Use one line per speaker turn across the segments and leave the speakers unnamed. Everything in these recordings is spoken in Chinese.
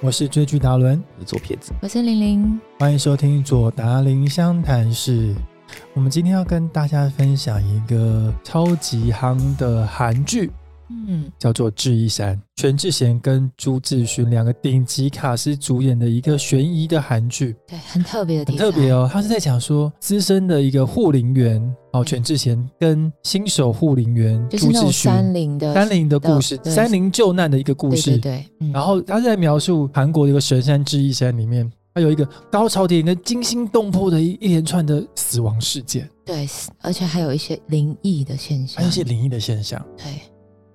我是追剧达伦，
你左撇子。
我是玲玲，
欢迎收听左达林湘潭市。我们今天要跟大家分享一个超级夯的韩剧，
嗯，
叫做《智异山》，全智贤跟朱智勋两个顶级卡司主演的一个悬疑的韩剧。
对，很特别的
很
题材，
特别哦，他是在讲说资深的一个护林员哦，全智贤跟新手护林员
嗯就是
朱
那种
智勋
山林的
山林的故事，
对
山林救难的一个故事
对对。对，嗯
然后他是在描述韩国的一个神山智异山里面，它有一个高潮点跟惊心动魄的一一连串的死亡事件，
对，而且还有一些灵异的现象，
还有一些灵异的现象。
对，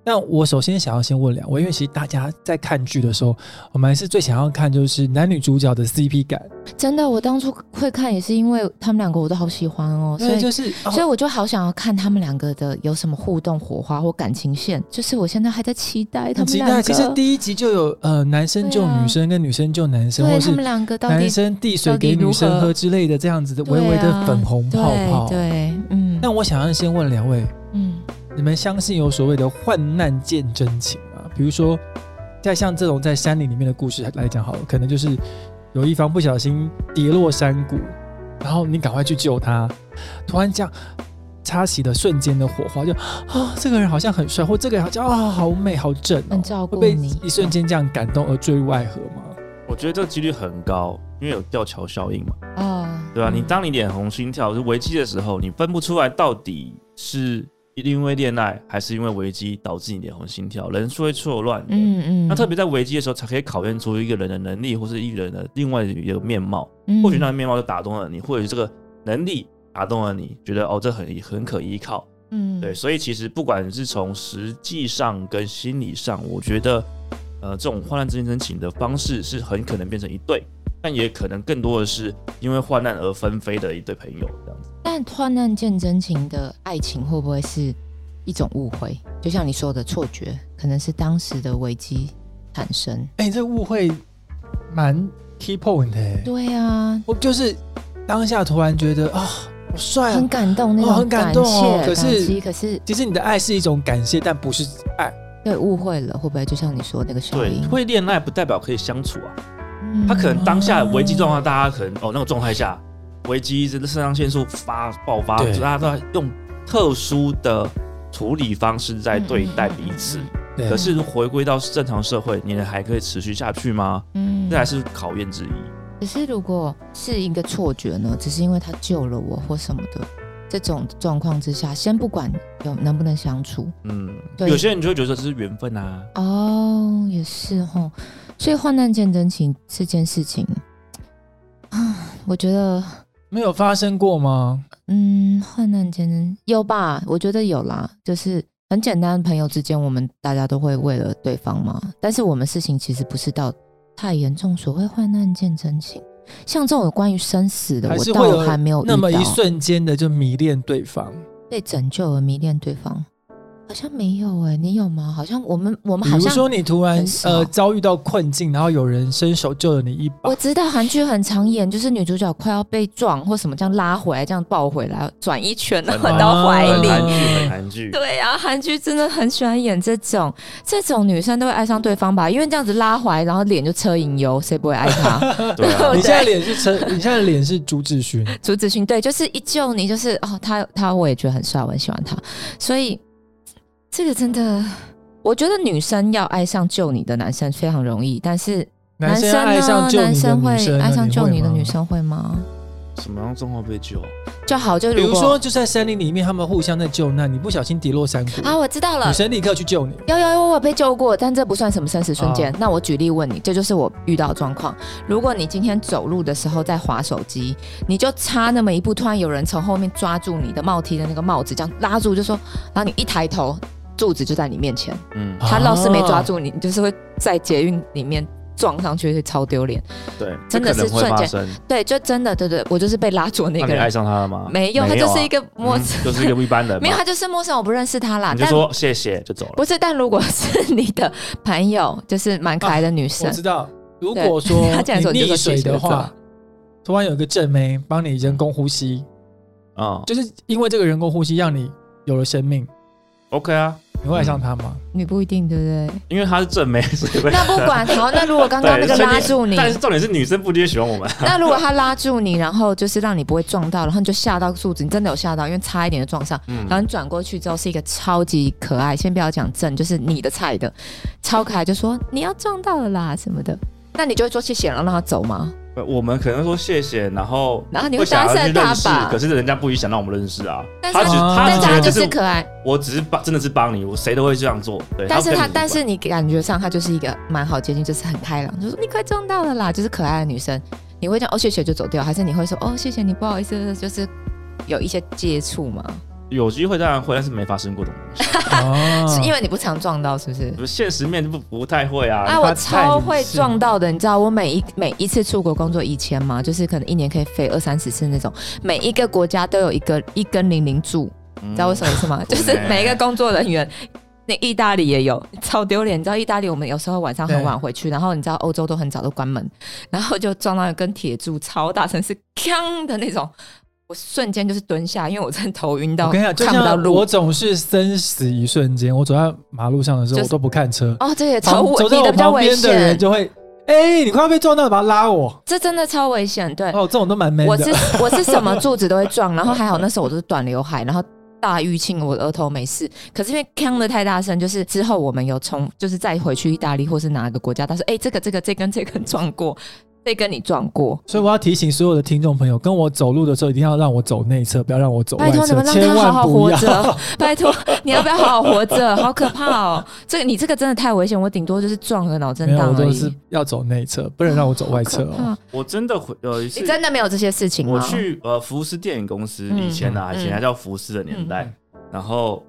那我首先想要先问两位，因为其实大家在看剧的时候，我们还是最想要看就是男女主角的 CP 感，
真的，我当初会看也是因为他们两个我都好喜欢哦，所
对，
以
就是
所以
哦
我就好想要看他们两个的有什么互动火花或感情线，就是我现在还在期待他
很
们
期
两个。
待。啊其实第一集就有呃男生救
对啊
女生跟女生救男生，或
对
是
他们两个到底
男生递水给女
到
生
底如
喝
何
之类的这样子的
对
微
啊
微的粉红泡泡。
对对，嗯，
那我想要先问两位，
嗯，
你们相信有所谓的患难见真情吗？比如说，在像这种在山林里面的故事来讲，好了，可能就是有一方不小心跌落山谷，然后你赶快去救他，突然这样擦起的瞬间的火花，就啊，这个人好像很帅，或这个人好像啊好美好正、哦
很，照
会
顾
被
你，
一瞬间这样感动而坠入爱河吗？
我觉得这个几率很高，因为有吊桥效应嘛，
哦，
对吧、
嗯
你当你脸红心跳是危机的时候，你分不出来到底是因为恋爱还是因为危机导致你脸红心跳，人是会错乱的。
嗯嗯，
那特别在危机的时候，才可以考验出一个人的能力，或是一个人的另外一个面貌。
嗯
或许那个面貌就打动了你，或者是这个能力打动了你，觉得哦，这很很可依靠。
嗯
对，所以其实不管是从实际上跟心理上，我觉得，呃，这种患难之间真情的方式是很可能变成一对，但也可能更多的是因为患难而分飞的一对朋友这样子。
但患难见真情的爱情会不会是一种误会？就像你说的错觉，可能是当时的危机产生。
哎、这误会蛮 key point 的、欸。
对啊，
我就是当下突然觉得啊，好帅啊
很！感动那
哦很
种
感
感
动哦
谢、
可是
感激，可是
其实你的爱是一种感谢，但不是爱。
对误会了，会不会就像你说那个小
对
林，，
会恋爱不代表可以相处啊，
嗯
他可能当下危机状况，大家可能哦那个状态下，危机这个肾上腺素发爆发，
对
所以大家都在用特殊的处理方式在对待彼此。
对
可是回归到正常社会，你们还可以持续下去吗？
嗯
这还是考验之一。
可是如果是一个错觉呢，只是因为他救了我或什么的，这种状况之下，先不管有能不能相处
嗯，
对
有些人就会觉得这是缘分啊。
哦，也是吼。所以患难见真情这件事情，啊，我觉得，
没有发生过吗？
嗯，患难见真有吧？我觉得有啦，就是很简单，朋友之间我们大家都会为了对方嘛，但是我们事情其实不是到太严重，所谓患难见真情。像这种有关于生死的，
还
我
是会有
倒还没有遇到
那么一瞬间的就迷恋对方，
被拯救而迷恋对方，好像没有哎、你有吗？好像我们我们
比
好
如
像
说你突然
很少
呃遭遇到困境，然后有人伸手救了你一把
我，知道韩剧很常演，就是女主角快要被撞或什么这样拉回来，这样抱回来，转一圈然后
很
到怀
很
里。
韩剧，很韩剧。
对啊，韩剧真的很喜欢演这种，这种女生都会爱上对方吧？因为这样子拉怀，然后脸就车影油，谁不会爱 她？
对啊
你，现在脸是陈， 你现在脸是朱志勋，
朱子勋对，就是一救你，就是哦，他他我也觉得很帅，我很喜欢他，所以这个真的，我觉得女生要爱上救你的男生非常容易，但是
男生
呢，
爱上救
啊男
你的
生
女
会
生，
爱上救你的女
吗。
生会吗？
什么样状况被救？啊
就好，就
比如
果
说，就在山林里面，他们互相在救难，你不小心跌落山谷，
啊，我知道了
女，生立刻去救你。
有有有，我有被救过，但这不算什么生死瞬间。
哦
那我举例问你，这就是我遇到的状况。如果你今天走路的时候在划手机，你就差那么一步，突然有人从后面抓住你的帽 T 的那个帽子，这样拉住，就说，然后你一抬头，柱子就在你面前。
嗯，
他要是没抓
啊
住你，你就是会在捷运里面撞上去，会超丢脸。
对，
真的
这可能
是
会
瞬
发
间
生。
对，就真的，对对，我就是被拉住的
那
那
你
个
爱
人。
上他了吗？
没有，他
没
就是
啊
一个陌
嗯
生，
就是一个一般人嘛。
没有，他就是陌生，我不认识他啦。
你就
但
说谢谢就走了。
不是，但如果是你的朋友，就是蛮可爱的女生，
我知道，如果 说
他竟然说
你
你就
溺
说
水
谢谢
的
就
话，突然有一个正妹帮你人工呼吸，
嗯
就是因为这个人工呼吸让你有了生命。
，OK 啊，
你会爱上他吗？
你不一定，对不 对？
因为他 是正妹，所以会
那不管好，那如果刚刚那个
对所以
拉住你，
但是重点是女生不一定喜欢我们。
那如果他拉住你，然后就是让你不会撞到，然后你就吓到柱子，你真的有吓到，因为差一点就撞上。
嗯
然后你转过去之后是一个超级可爱，先不要讲正，就是你的菜的，超可爱，就说你要撞到了啦什么的。那你就会说谢谢，然后让他走吗？
我们可能说谢谢，然后
然后你会
会想要
搭
去
讪他
认识，
吧？
可是人家不一定想让我们认识啊。
但是哦
他只
他
他
但
只
是
觉
他
得
就
就是是
可爱，
我只是帮，真的是帮你，我谁都会这样做。对，
但是
跟
他
你无
但
关
是你感觉上他就是一个蛮好接近，就是很开朗，就说你快撞到了啦，就是可爱的女生。你会这样哦谢谢就走掉，还是你会说哦谢谢你不好意思，就是有一些接触嘛？
有机会当然会，但是没发生过的东西。
哦，
嗯
是因为你不常撞到，是不是？
不现实面不不太会啊。
啊，
怕
我超会
太理
撞到的，你知道我每一每一次出国工作以前嘛，就是可能一年可以飞二三十次那种，每一个国家都有一个一根零零柱，
你
你知道为什么意思
嗯
吗？就是每一个工作人员。那意大利也有，超丢脸。你知道意大利，我们有时候晚上很晚回去，然后你知道欧洲都很早都关门，然后就撞到一根铁柱，超大声，是锵的那种。我瞬间就是蹲下，因为我真的头晕到
哦我跟你讲，就
看不到
像
路
我。总是生死一瞬间，我走在马路上的时候，
就是
我都不看车，
哦，这也超
旁
危，
走在
你
我
的比较
旁
危
边的人
险，
就会，哎，你快要被撞到了，把他拉我。
这真的超危险。对，
哦，这种都蛮 man
我
的
是。 我是什么柱子都会撞，然后还好那时候我都是短刘海，然后大淤青，我的额头没事。可是因为锵的太大声，就是之后我们有从就是再回去意大利或是哪个国家，他说哎、这个这个这根这根撞过，这根你撞过，
所以我要提醒所有的听众朋友，跟我走路的时候一定要让我走内侧，不要让我走外
拜托你
侧，
们让
千
他好
万
好
不
活
要。
着，拜托你要不要好好活着？好可怕哦！这个你这个真的太危险，我顶多就是撞个脑震
没有，我
荡而
都
已嗯
是。要走内侧，不能让我走外侧
好可
哦。
怕
我真的回有一次
你，真的没有这些事情吗？
我去呃福斯电影公司，
嗯
以前啊，
嗯
以前还叫福斯的年代
嗯，
然后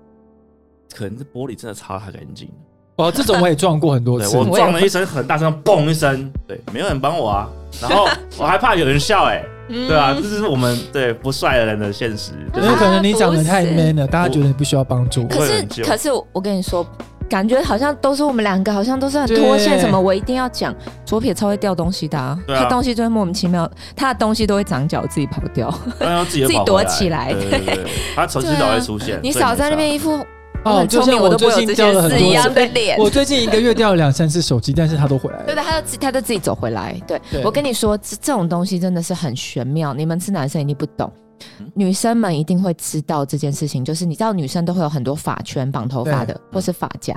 可能是玻璃真的擦得太干净了，
哦，这种我也撞过很多
对
次
我。
我也
撞了一声很大声，嘣一声，对，没有人帮我啊，然 后我还怕有人笑哎，
嗯
对啊，这是我们对不帅的人的现实，就
因
是
为可能你长得太
不是
man 了，大家觉得你不需要帮助。
不
可
会
是
很久
可是我我跟你说，感觉好像都是我们两个，好像都是很脱线
对
什么。我一定要讲，左撇超会掉东西的、啊，
对啊
他东西就会莫名其妙，他的东西都会长脚自己跑掉。
然后自己又跑回
自己躲起来啊
对对对，对他从头到尾出现，
你
所以
少在那
没
边
啊差
一副我
哦，
很
就
聪
像
明，我
我
都不
最
会有
近
这
掉
些
了很
事一
多
样
次，
的 脸。
我最近一个月掉了两三次手机，但是他都回来
对
了。
的，他就自他就自己走回来。对
对
我跟你说，这这种东西真的是很玄妙，你们是男生一定不懂
嗯，
女生们一定会知道这件事情。就是你知道，女生都会有很多发圈、绑头发的，或是发夹。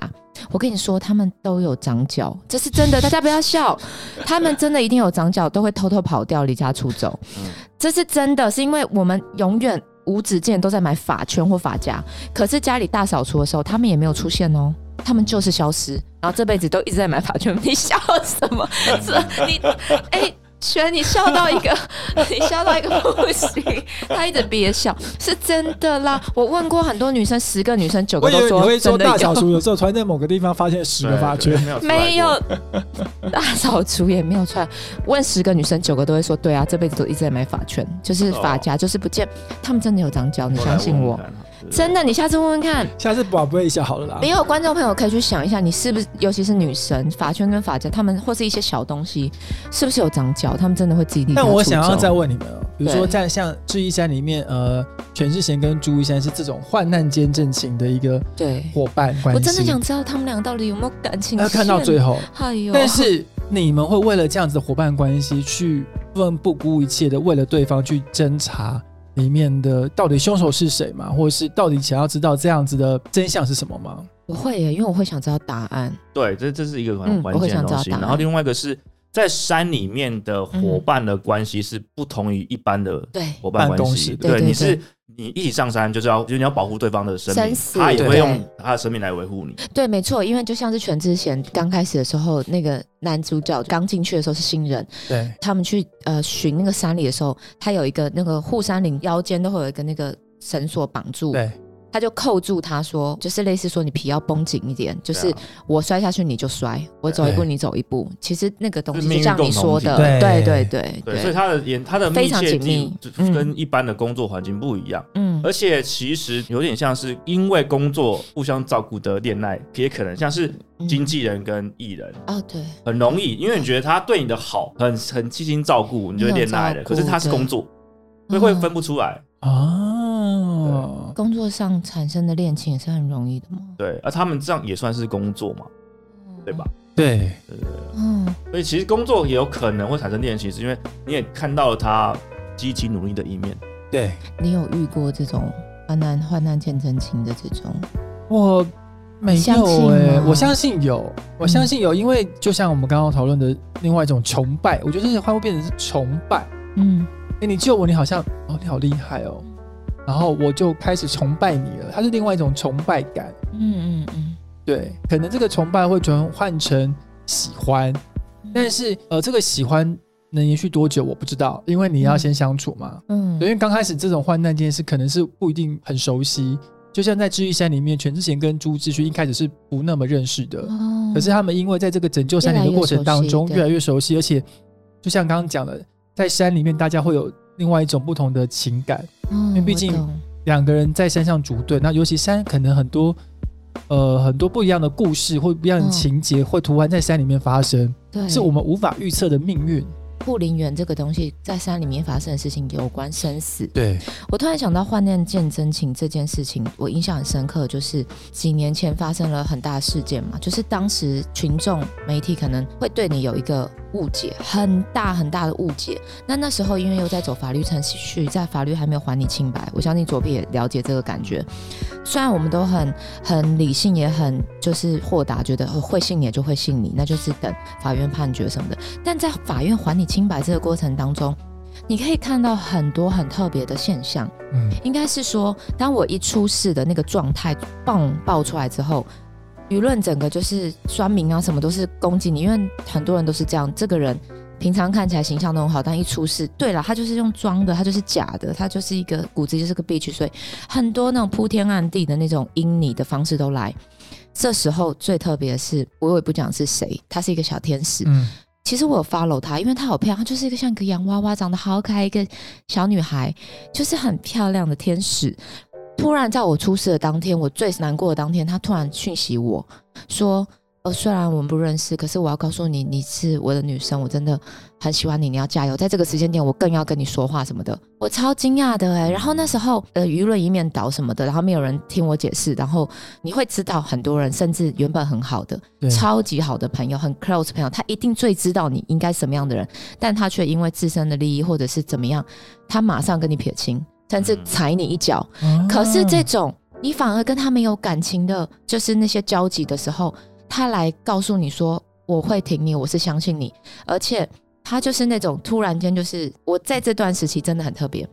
我跟你说，他们都有长脚，这是真的，大家不要 笑，他们真的一定有长脚，都会偷偷跑掉，离家出走。
嗯
这是真的，是因为我们永远。无止境都在买发圈或发夹，可是家里大扫除的时候，他们也没有出现哦。他们就是消失，然后这辈子都一直在买法圈。你笑什 么？这你哎。轩，你笑到一个， 你笑到一个不行，他一直憋笑，是真的啦。我问过很多女生，十个女生九
我
个
以
都
为你
说
会说
真的
大扫
有，
除的时候，突然在某个地方发现十个发
对
圈
对，没有出来过
没有大扫除也没有出来。问十个女生，九个都会说对啊，这辈子都一直在买发圈，就是
哦
发夹，就是不见。他们真的有长脚，你
后来
相信
问
我
看，啊对
真的，你下次问问看。
下次宝贝一下好了啦。
没有观众朋友可以去想一下，你是不是，尤其是女生，发圈跟发夹，他们或是一些小东西，是不是有长脚？他们真的会自己离家
但我
出
想要
走
再问你们哦，比如说
对
在像智异山里面，呃，全智贤跟朱一山是这种患难间阵情的一个
对，
伙伴关系，
我真的想知道他们俩到底有没有感 情
要
线。
看到最后。
哎呦，
但是你们会为了这样子的伙伴关系，去不不顾一切的为了对方去侦查里面的到底凶手是谁吗？或者是到底想要知道这样子的真相是什么吗？
我会耶，因为我会想知道答案。
对，这这是一个
嗯
很关
我会
键
想
的
知道
东西。
答案
然后另外一个是在山里面的伙
嗯
伴的关系是不同于一般的
对，
伙伴
办
关
公室
系的，
对对
你
对
是你一起上山就是要就是你要保护对方的生
生
命，
死
他也
对
会用他的生命来维护你。
对，没错，因为就像是全智贤刚开始的时候，那个男主角刚进去的时候是新人，
对，
他们去呃寻那个山里的时候，他有一个那个护山林腰间都会有一个那个绳索绑住，
对，
他就扣住他说，就是类似说你皮要绷紧一点，就
就是
我摔下去你就摔，我走一步
对
你走一步。其实那个东
是
西
命
就
运
像你说的，
共同体
对
对
对对
对，所以他的演他的
非
密
常
切
紧密
地就
嗯
跟一般的工作环境不一样，
嗯，
而且其实有点像是因为工作互相照顾的恋爱，也可能像是
嗯
经纪人跟艺人。
哦对，
很容易，因为你觉得他对你的好，很很细心照顾，你就会恋爱了。
没有照顾
可是他是工作，所以会分不出来。
哦，哦，
嗯工作上产生的恋情也是很容易的嘛，
对，啊，他们这样也算是工作嘛，对吧？？
对，
对对对。
嗯，
所以其实工作也有可能会产生练习，是因为你也看到了他积极努力的一面。
对
你有遇过这种患难患难见真情的这种？
我没
相信
有哎、
吗嗯
我相信有，我相信有，因为就像我们刚刚讨论的另外一种崇拜，我觉得这些话会变成是崇拜。
嗯，
哎、你救我，你好像哦，你好厉害哦，然后我就开始崇拜你了，它是另外一种崇拜感。
嗯嗯嗯，
对，可能这个崇拜会转换成喜欢，但是呃，这个喜欢能延续多久我不知道，因为你要先相处嘛。
嗯，
对，因为刚开始这种患难这件事可能是不一定很熟悉，就像在《知遇山》里面，全智贤跟朱志勋一开始是不那么认识的，
哦，
可是他们因为在这个拯救山林的过程当中
越来越熟
嗯
悉对
越来越熟悉，而且就像刚刚讲的，在山里面大家会有另外一种不同的情感，
因
为毕竟两个人在山上组队，那尤其山可能很多呃很多不一样的故事或不一样的
嗯
情节会突然在山里面发生，
对
是我们无法预测的命运。
护林员这个东西在山里面发生的事情有关生死。
对，
我突然想到患难见真情这件事情，我印象很深刻，就是几年前发生了很大的事件嘛，就是当时群众媒体可能会对你有一个误解，很大很大的误解。那那时候因为又在走法律程序，在法律还没有还你清白，我相信左皮也了解这个感觉。虽然我们都很很理性，也很就是豁达，觉得哦会信你也就会信你，那就是等法院判决什么的。但在法院还你清白这个过程当中，你可以看到很多很特别的现象。
嗯，
应该是说，当我一出事的那个状态爆爆出来之后，舆论整个就是酸民啊，什么都是攻击你，因为很多人都是这样。这个人平常看起来形象都很好，但一出事，对了，他就是用装的，他就是假的，他就是一个骨子就是个 bitch，所以很多那种铺天暗地的那种阴你的方式都来。这时候最特别的是，我也不讲是谁，他是一个小天使，
嗯，
其实我有 follow 她，因为她好漂亮，她就是一个像一个洋娃娃，长得好可爱，一个小女孩，就是很漂亮的天使。突然在我出事的当天，我最难过的当天，她突然讯息我说：“呃，虽然我们不认识，可是我要告诉你，你是我的女生，我真的很喜欢你，你要加油。在这个时间点，我更要跟你说话什么的。”我超惊讶的哎、然后那时候呃，舆论一面倒什么的，然后没有人听我解释，然后你会知道很多人，甚至原本很好的，
对，
超级好的朋友，很 close 朋友，他一定最知道你应该什么样的人，但他却因为自身的利益或者是怎么样，他马上跟你撇清，甚至
嗯
踩你一脚。
啊
可是这种你反而跟他没有感情的，就是那些交集的时候，他来告诉你说我会挺你，我是相信你，而且他就是那种突然间就是我在这段时期真的很特别。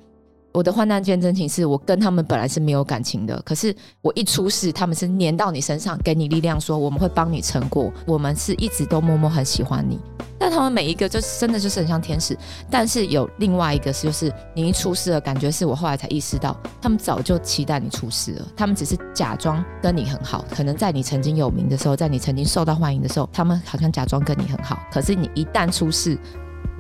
我的患难见真情是我跟他们本来是没有感情的，可是我一出事，他们是黏到你身上，给你力量，说我们会帮你撑过，我们是一直都默默很喜欢你。但他们每一个就是真的就是很像天使，但是有另外一个是，就是你一出事了，感觉是我后来才意识到，他们早就期待你出事了，他们只是假装跟你很好，可能在你曾经有名的时候，在你曾经受到欢迎的时候，他们好像假装跟你很好，可是你一旦出事，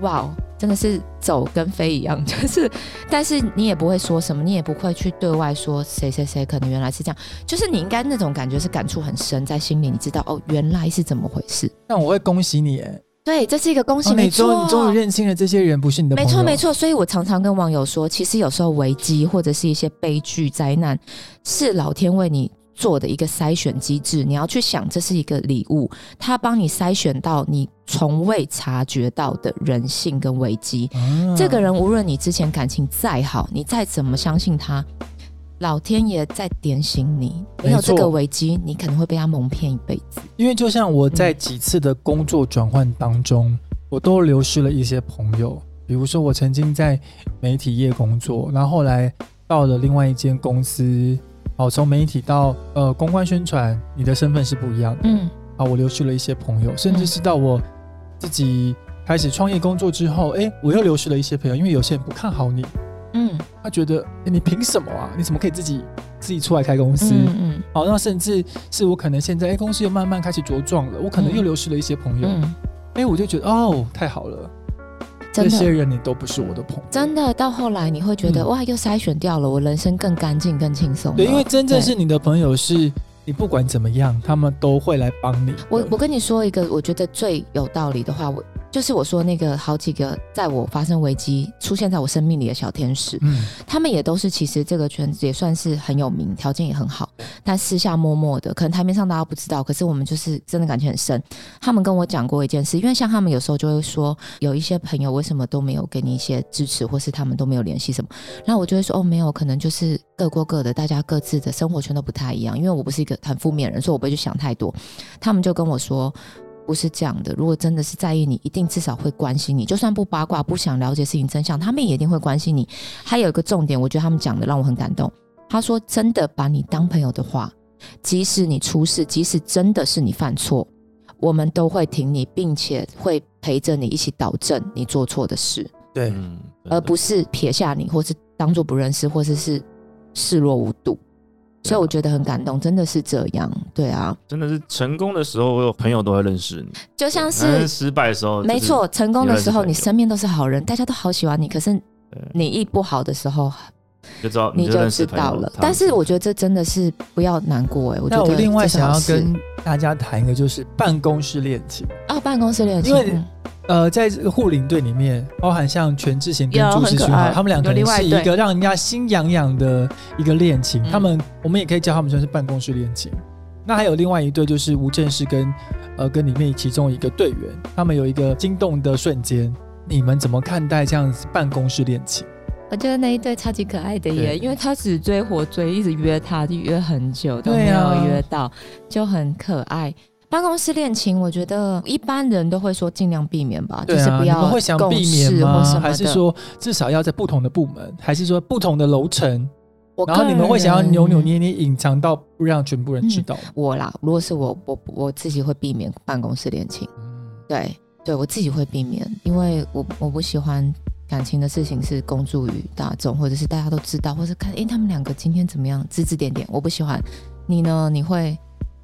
哇哦，真的是走跟飞一样，就是，但是你也不会说什么，你也不会去对外说谁谁谁可能原来是这样，就是你应该那种感觉是感触很深，在心里你知道哦，原来是怎么回事。
但我会恭喜你，哎，
对，这是一个恭喜，
哦
没
你
错，
终你终于认清了这些人不是你的朋
没
友，
错，没。错。所以我常常跟网友说，其实有时候危机或者是一些悲剧、灾难，是老天为你做的一个筛选机制。你要去想，这是一个礼物，他帮你筛选到你从未察觉到的人性跟危机。
啊
这个人无论你之前感情再好，你再怎么相信他，老天爷在点醒你，
没
你有这
错
个危机，你可能会被他蒙骗一辈子。
因为就像我在几次的工作转换当中，我都流失了一些朋友。比如说，我曾经在媒体业工作，然后后来到了另外一间公司，哦，从媒体到呃公关宣传，你的身份是不一样的。
嗯
啊，我流失了一些朋友，甚至是到我自己开始创业工作之后，诶，我又流失了一些朋友，因为有些人不看好你，
嗯
他觉得诶你凭什么啊？你怎么可以自己自己出来开公司？
嗯
好，哦那甚至是我可能现在哎、诶公司又慢慢开始茁壮了，我可能
嗯
又流失了一些朋友，哎、
嗯，
我就觉得哦，太好了，
真
这
的。
些人你都不是我的朋友，
真的到后来你会觉得、
嗯
哇，又筛选掉了，我人生更干净、更轻松了。
对，因为真正
对
是你的朋友是，你不管怎么样，他们都会来帮你的。
我我跟你说一个我觉得最有道理的话，我就是我说那个好几个在我发生危机出现在我生命里的小天使，
嗯，
他们也都是其实这个圈子也算是很有名，条件也很好，但私下默默的，可能台面上大家不知道，可是我们就是真的感情很深。他们跟我讲过一件事，因为像他们有时候就会说，有一些朋友为什么都没有给你一些支持，或是他们都没有联系什么，那我就会说哦，没有，可能就是各过各的，大家各自的生活圈都不太一样。因为我不是一个很负面的人，所以我不会去想太多。他们就跟我说。不是这样的，如果真的是在意你，一定至少会关心你。就算不八卦、不想了解事情真相，他们也一定会关心你。还有一个重点，我觉得他们讲的让我很感动。他说：“真的把你当朋友的话，即使你出事，即使真的是你犯错，我们都会挺你，并且会陪着你一起导正你做错的事，
对，
嗯，真的
而不是撇下你，或是当做不认识，或是是视若无睹。”所以我觉得很感动，真的是这样，对啊，
真的是成功的时候，我有朋友都会认识你；
就像
但
是
失败的时候，
没错，，成功的时候
哦原来是朋友
你身边都是好人，大家都好喜欢你，可是
对
你一不好的时候
就知道
你
就
就
认
知
识朋友
道了
他。们
但是我觉得这真的是不要难过哎、我觉
那
得
我另外
这是
想
好
要
事
跟大家谈一个，就是办公室恋情。
哦办公室恋情，嗯
因为呃，在这个护林队里面，包含像全智贤跟
有
朱
很
世勋
可
哈，
爱
他们两
有
个人
另外
是
一
一
对
个让人家心痒痒的一个恋情。
嗯
他们我们也可以叫他们算是办公室恋情。那还有另外一对就是吴正式跟呃跟里面其中一个队员，他们有一个惊动的瞬间。你们怎么看待这样子办公室恋情？
我觉得那一对超级可爱的
对
耶，因为他只追火追，一直约他，就约很久都没
对啊
有约到，就很可爱。办公室恋情，我觉得一般人都会说尽量避免吧，就
对
是
啊，
不
你
要
们会想
共
避
事
免
或
吗？
什么
还是
的
说至少要在不同的部门，还是说不同的楼层？
我
然后
个
你们会想要
人
扭扭捏捏，隐藏到不让全部人知道。
我啦，如果是我，我我自己会避免办公室恋情。对，对我自己会避免，因为我我不喜欢感情的事情是公诸于大众，或者是大家都知道，或是看诶他们两个今天怎么样，指指点点，我不喜欢。你呢？你会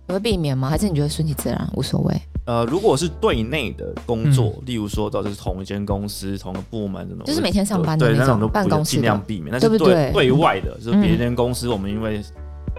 你会避免吗？还是你觉得顺其自然无所谓？
呃，如果是对内的工作，例如说到底是同一间公司、同个部门这种，
嗯就是每天上班的
对
那
那
种
种都不
办公室
尽量
的
避免。但
对
是
不对
对外的，就是
嗯
别间公司，我们因为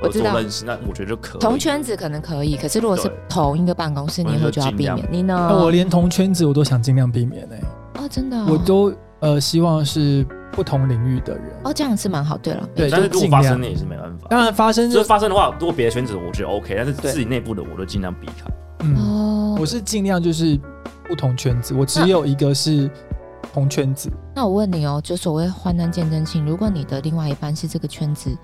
合
我知
作
道
认识，那我觉得就可以。
同圈子可能可以，可是如果是
对
同一个办公室，你会就要避
我
免
觉。
你呢？
那我连同圈子我都想尽量避免哎、
哦，真的哦、
哦我都呃希望是不同领域的人。
哦，这样是蛮好。对了，
对
没
但是
就
如果
尽
发
量
生了也是没办法。
当然发生
就是
就
发生的话，如果别的圈子我觉得 OK，但是
对
自己内部的我都尽量避开。
错
嗯，
哦，
我是尽量就是不同圈子，我只
那
有一个是同圈子。
那我问你哦，就所谓患难见真情，如果你的另外一半是这个圈子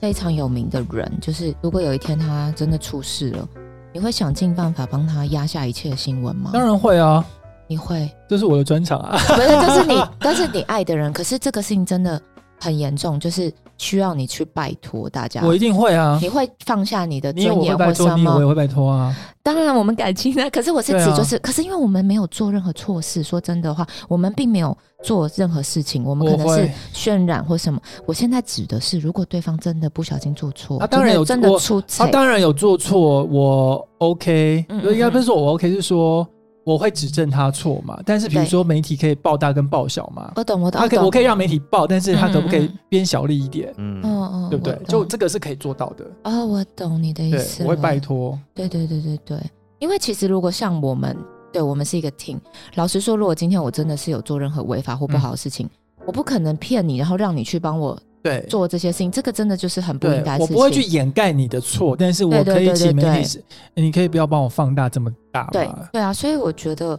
非常有名的人，就是如果有一天他真的出事了，你会想尽办法帮他压下一切的新闻吗？
当，然会啊，
你会，
这是我的专长啊。
不是，这是你，但是你爱的人，可是这个事情真的很严重，就是需要你去拜托大家。
我一定会啊。
你会放下你的
你也
尊
我会
严
拜
或
托
什
你，我也
么？
会拜托啊。
当然，我们感情呢？可是我是
对
指
啊
就是，可是因为我们没有做任何错事，说真的话，我们并没有做任何事情，我们
我
嗯可能是
会，
渲染或什么。我现在指的是，如果对方真的不小心做错，
啊当然有
真的真
我
的出
他
错，
啊当然有做错，我 OK，呃
嗯嗯
就应该不是说我 OK，是说我会指正他错嘛。但是比如
对
说媒体可以报大跟报小嘛，
我懂我懂，
他可以
懂
我可以让媒体报，但是他可不可以
嗯嗯嗯
编小力一点？
嗯，
嗯嗯，
对不对
我？懂
就这个是可以做到的，
哦，我懂你的意
对
思，，
我会拜。托。
对对对对对，因为其实如果像我们，对我们是一个 team，老实说，如果今天我真的是有做任何违法或不好的事情，我不可能骗你，然后让你去帮我
对，
做这些事情，这个真的就是很不
对
应该的
我
事情。
不会去掩盖你的错，但是我
对对
可以
对
请
对
媒体
对
是，你可以不要帮我放大这么大嘛？嗯
对对啊，所以我觉得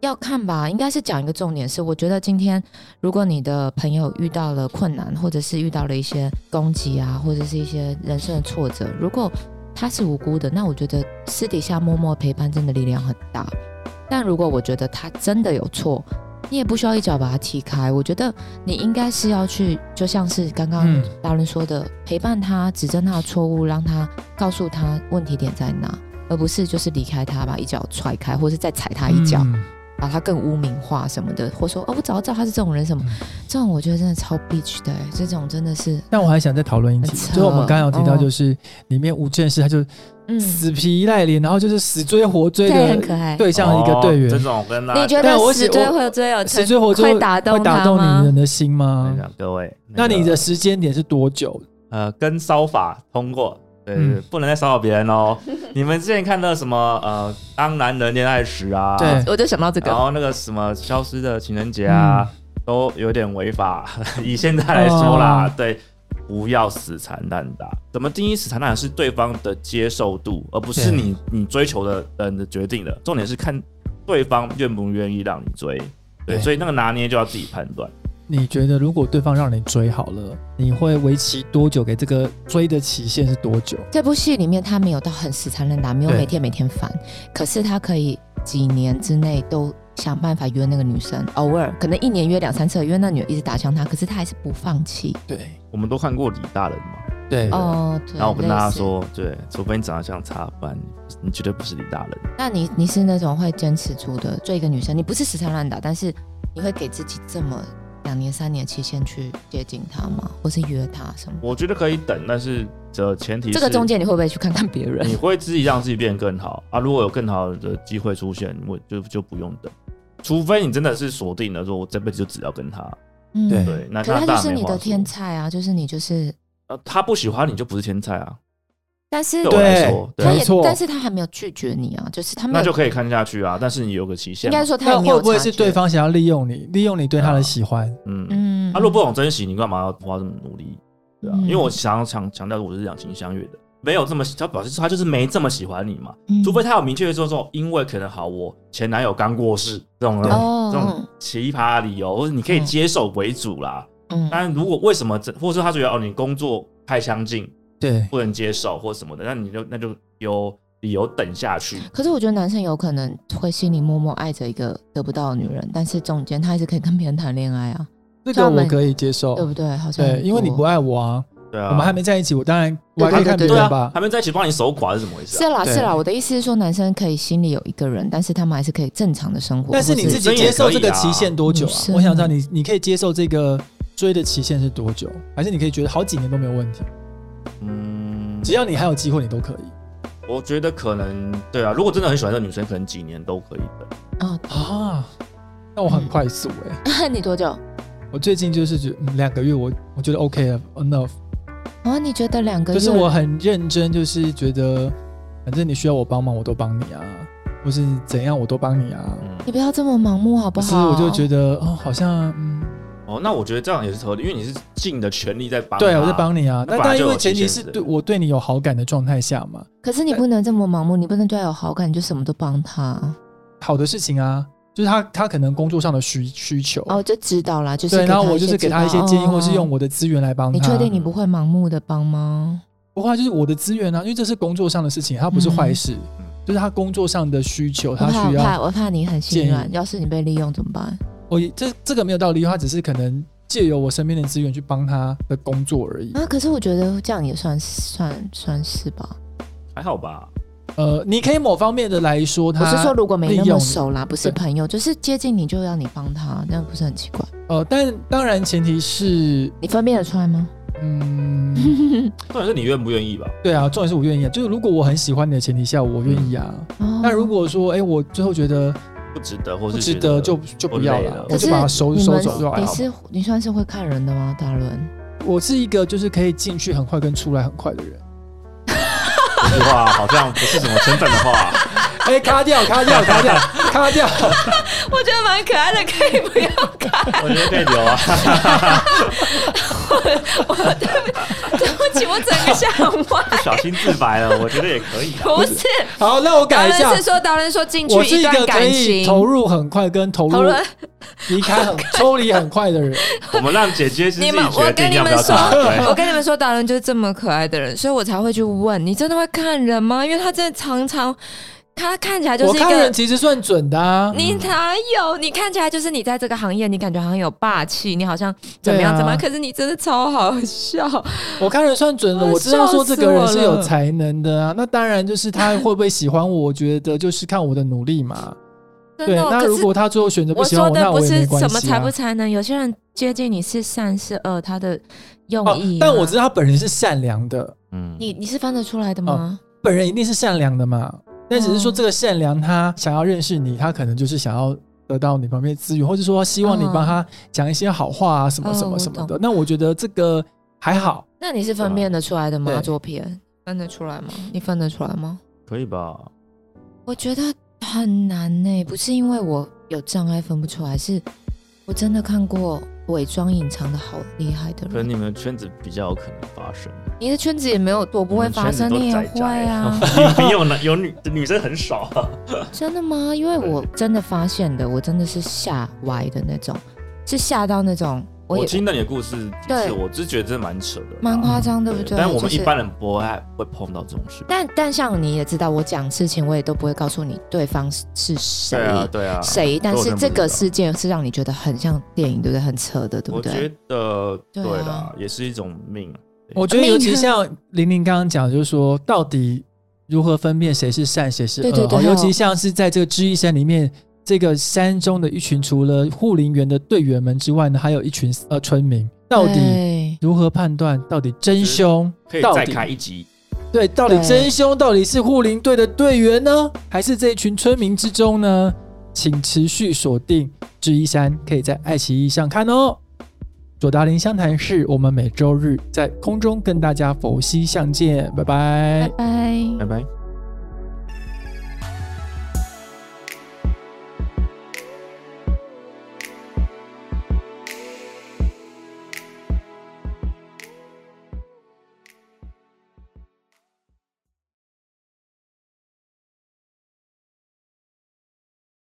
要看吧，应该是讲一个重点是，我觉得今天如果你的朋友遇到了困难，或者是遇到了一些攻击啊，或者是一些人生的挫折，如果他是无辜的，那我觉得私底下默默陪伴真的力量很大。但如果我觉得他真的有错，你也不需要一脚把他踢开。我觉得你应该是要去，就像是刚刚
嗯
达伦说的，陪伴他，指正他的错误，让他告诉他问题点在哪，而不是就是离开他，把一脚踹开，或是再踩他一脚，
嗯
把他更污名化什么的，或说哦，我早就知道他是这种人什么，
嗯
这种我觉得真的超 bitch 的、欸，这种真的是，
但我还想再讨论一题，
很扯
就是我们刚刚有提到，
哦
就是里面吴正是他就
嗯，
死皮赖脸，然后就是死追活追
对，很可
的
爱。
对象一个队
哦这
员，
种跟大
你
家
觉
但我
得
喜
死
我
追活追有
死
成
追活追
会打动
会打
他
动
吗
女人的心吗
讲？各位，
那
个
你的时间点是多久？
呃跟骚法通过对，
嗯
对不能再骚扰别人哦。 你们之前看到什么呃，当男人恋爱时啊，
对
我就想到这个，
然后那个什么消失的情人节啊，
嗯
都有点违法。 以现在来说啦，
哦
对，不要死缠烂打。怎么定义死缠烂打是对方的接受度，而不是
对
你你追求的人的决定的。重点是看对方愿不愿意让你追。对，
对
所以那个拿捏就要自己判断。
你觉得如果对方让你追好了，你会为期多久？给这个追的期限是多久？
这部戏里面他没有到很死缠烂打，没有
对
每天每天烦，可是他可以几年之内都想办法约那个女生，偶尔可能一年约两三次，约那女的一直打枪他，可是他还是不放弃。
对
我们都看过李大人嘛，
对
哦
哦，对。
然后我跟大家
类似，
说，对，除非你长得像他，不然你绝对不是李大人。
那你你是那种会坚持住的追一个女生，你不是死缠烂打，但是你会给自己这么两年三年期限去接近她吗？或是约她什么？
我觉得可以等，但是这前提是
这个中间你会不会去看看别人？
你会自己让自己变得更好啊。如果有更好的机会出现，我就就不用等。除非你真的是锁定了，说我这辈子就只要跟他。
嗯
对
对，那
可是
那当
他就
然
是
没
你
话
的
说
天菜啊，就是你就是，
呃，他不喜欢你就不是天才啊。
但是
对我来说，
对
对
他
啊，
没
也
错，
但是他还没有拒绝你啊，就是他没
那就
有，
可以看下去啊。但是你有个期限
应
嘛，
该说他
那
也没有
会不会
察
是
觉
对？方啊想要利用你，利用你对他的喜欢？
嗯，
嗯，
他、如果不懂珍惜，你干嘛要花这么努力？对啊，
嗯
因为我想强强调我是两情相悦的，没有这么他表示他就是没这么喜欢你嘛。
嗯
除非他有明确的说说，因为可能好，我前男友刚过世这种
对
哦
这种奇葩理由，或者你可以接受为主啦。
嗯
但如果为什么这，或者说他觉得哦你工作太相近，
对，
不能接受或什么的，那你就那就有理由等下去。
可是我觉得男生有可能会心里默默爱着一个得不到的女人，但是中间他还是可以跟别人谈恋爱啊，
这
像
个
我们
我可以接受
对。不对？好像
哦对，因为你不
爱
爱我啊，
对啊，
我们还没在一起，我当然我还可以看别
对
人
啊
吧，。
还没在一起帮你守寡是怎么回事、啊？
是啦
对
是啦，我的意思是说，男生可以心里有一个人，但是他们还是可以正常的生活。
但是你
或
自己接受这个期限多久啊
女？生啊
我想知道你，你可以接受这个追的期限是多久？还是你可以觉得好几年都没有问题，
嗯，
只要你还有机会，你都可以
我觉得可能对啊，如果真的很喜欢这个女生，可能几年都可以等。
啊，
啊。那我很快速哎、
你多久？
我最近就是觉嗯两个月我，我觉得 OK 了，enough，
啊，你觉得两个
就
月？
是我很认真，就是觉得反正你需要我帮忙，我都帮你啊，或是怎样我都帮你啊。
嗯，
你不要这么盲目好不
可是
好？
我就觉得哦，好像嗯，
哦，那我觉得这样也是合理，因为你是尽的全力在帮。
对我在。帮你啊。
那
那
本来
但
就
因
有
为前提
期限
是
制
对我对你有好感的状态下嘛，
可是你不能这么盲目，你不能对他有好感你就什么都帮他。啊
好的事情啊，就是他他可能工作上的需需求，
哦，就知道啦，就是
对，
给
然后
他
我
一些
就是给
指
他一些
导
建议，或是用。啊
哦
我的资源来帮他。
你确定你不会盲目的帮吗？
不会啊，就是我的资源啊，因为这是工作上的事情，它不是坏事，
嗯
就是他工作上的需求，
我
他
怕，我
需
怕，
要。
我怕你很
建
心
议
软。要是你被利用怎么办？
我哦也这这个没有道理，他只是可能借由我身边的资源去帮他的工作而已。
啊，可是我觉得这样也算算算是吧。
还好吧，
呃，你可以某方面的来说他，
我是说，如果没那
利用
么
你
熟啦，不是
对
朋友，就是接近你就要你帮他，那不是很奇怪？
呃，但当然前提是，
你分辨得出来吗？
嗯，
重点是你愿不愿意吧？
对啊，重点是我愿意啊，就是如果我很喜欢你的前提下，我愿意啊。
哦
那如果说，哎、我最后觉得
不值得，或
不
是
值
觉
得，就就不要
累
了
了，
我
可是
就把它收
你
收
们
走就还
你
好。
是你算是会看人的吗，达伦？
我是一个就是可以进去很快跟出来很快的人。
这句话好像不是什么成本的话。
哎、卡掉，卡掉，卡掉，卡掉。
我觉得蛮可爱的，可以不要看。
我觉得可以留啊。
我对不起，我整个想歪。
小心自白了，我觉得也可以啊。
不是，
好，那我
达
改一下
伦是。说达伦说进去
我是一
段
个可
感
以
情，
投入很快跟投
投
入
入。
离开很抽离很快的人，
我们让姐姐是自己
你们
决
我跟
定
你
要不
们
要
说
看。对，
我跟你们说，达伦就是这么可爱的人，所以我才会去问你真的会看人吗？因为他真的常常， 他看起来就
我
是一
看人
个。
其实算准的啊。
你哪有？你看起来就是你在这个行业，你感觉好像有霸气，你好像怎么样
对啊
怎么样？可是你真的超好笑，
我看人算准的，
啊
我知道说这个人是
笑死我
有
了
才能的啊。那当然就是他会不会喜欢我，我觉得就是看我的努力嘛。
真
对，
的。哦
那
可
如
是
果他最后选择不
我
喜欢
说
我，
的
那
不
我也
是
没关
什么
系
才
啊
不。才能，有些人接近你是善是恶，他的用
哦
意、，啊
但我知道，哦他本人是善良的，
嗯，
你你是分得出来的吗？
本人一定是善良的嘛。但只是说
嗯
这个善良，他想要认识你，他可能就是想要得到你方面的资源，或者说希望你帮他讲一些好话啊，什么
嗯
什么
我
什么的。
懂
那我觉得这个还好，
那你是分辨得出来的
对啊
吗？作品分得出来吗？你分得出来吗？
可以吧？
我觉得很难呢、不是因为我有障碍分不出来，是我真的看过伪装隐藏的好厉害的
可能
人。
你们圈子比较有可能发生，
你的圈子也没有躲不会发生，
我们
你也
圈子
会
都宅宅
啊？
你有男有女女生很少啊。
真的吗？因为我真的发现的，我真的是吓歪的那种，是吓到那种， 我
我
也
听到你的故事几
对
次，我只是觉得真的蛮扯的啦，
蛮夸张，对不
对
对？
但我
就
们
是
一般人不会会碰到这种事。
但但像你也知道，我讲事情我也都不会告诉你对方是是谁、
对啊，对啊，
谁，但
我
是
真不
这
知
个
道
事件是让你觉得很像电影，对不对？很扯的，对不
我
对？
觉得
对
对
啊
啦，也是一种命。啊
我觉得尤其像玲玲刚刚讲，就是说到底如何分辨谁是善谁是恶，
对对对
哦
还有
尤其像是在这个知易山里面，这个山中的一群除了护林员的队员们之外呢，还有一群呃村民，到底
对
如何判断到底真凶？
可以
到
再
底
开一集，
对，到底
对
真凶到底是护林队的队员呢，还是这一群村民之中呢？请持续锁定知一山，可以在爱奇艺上看哦。左达林湘潭市，我们每周日在空中跟大家佛系相见，拜拜
拜拜。
拜拜。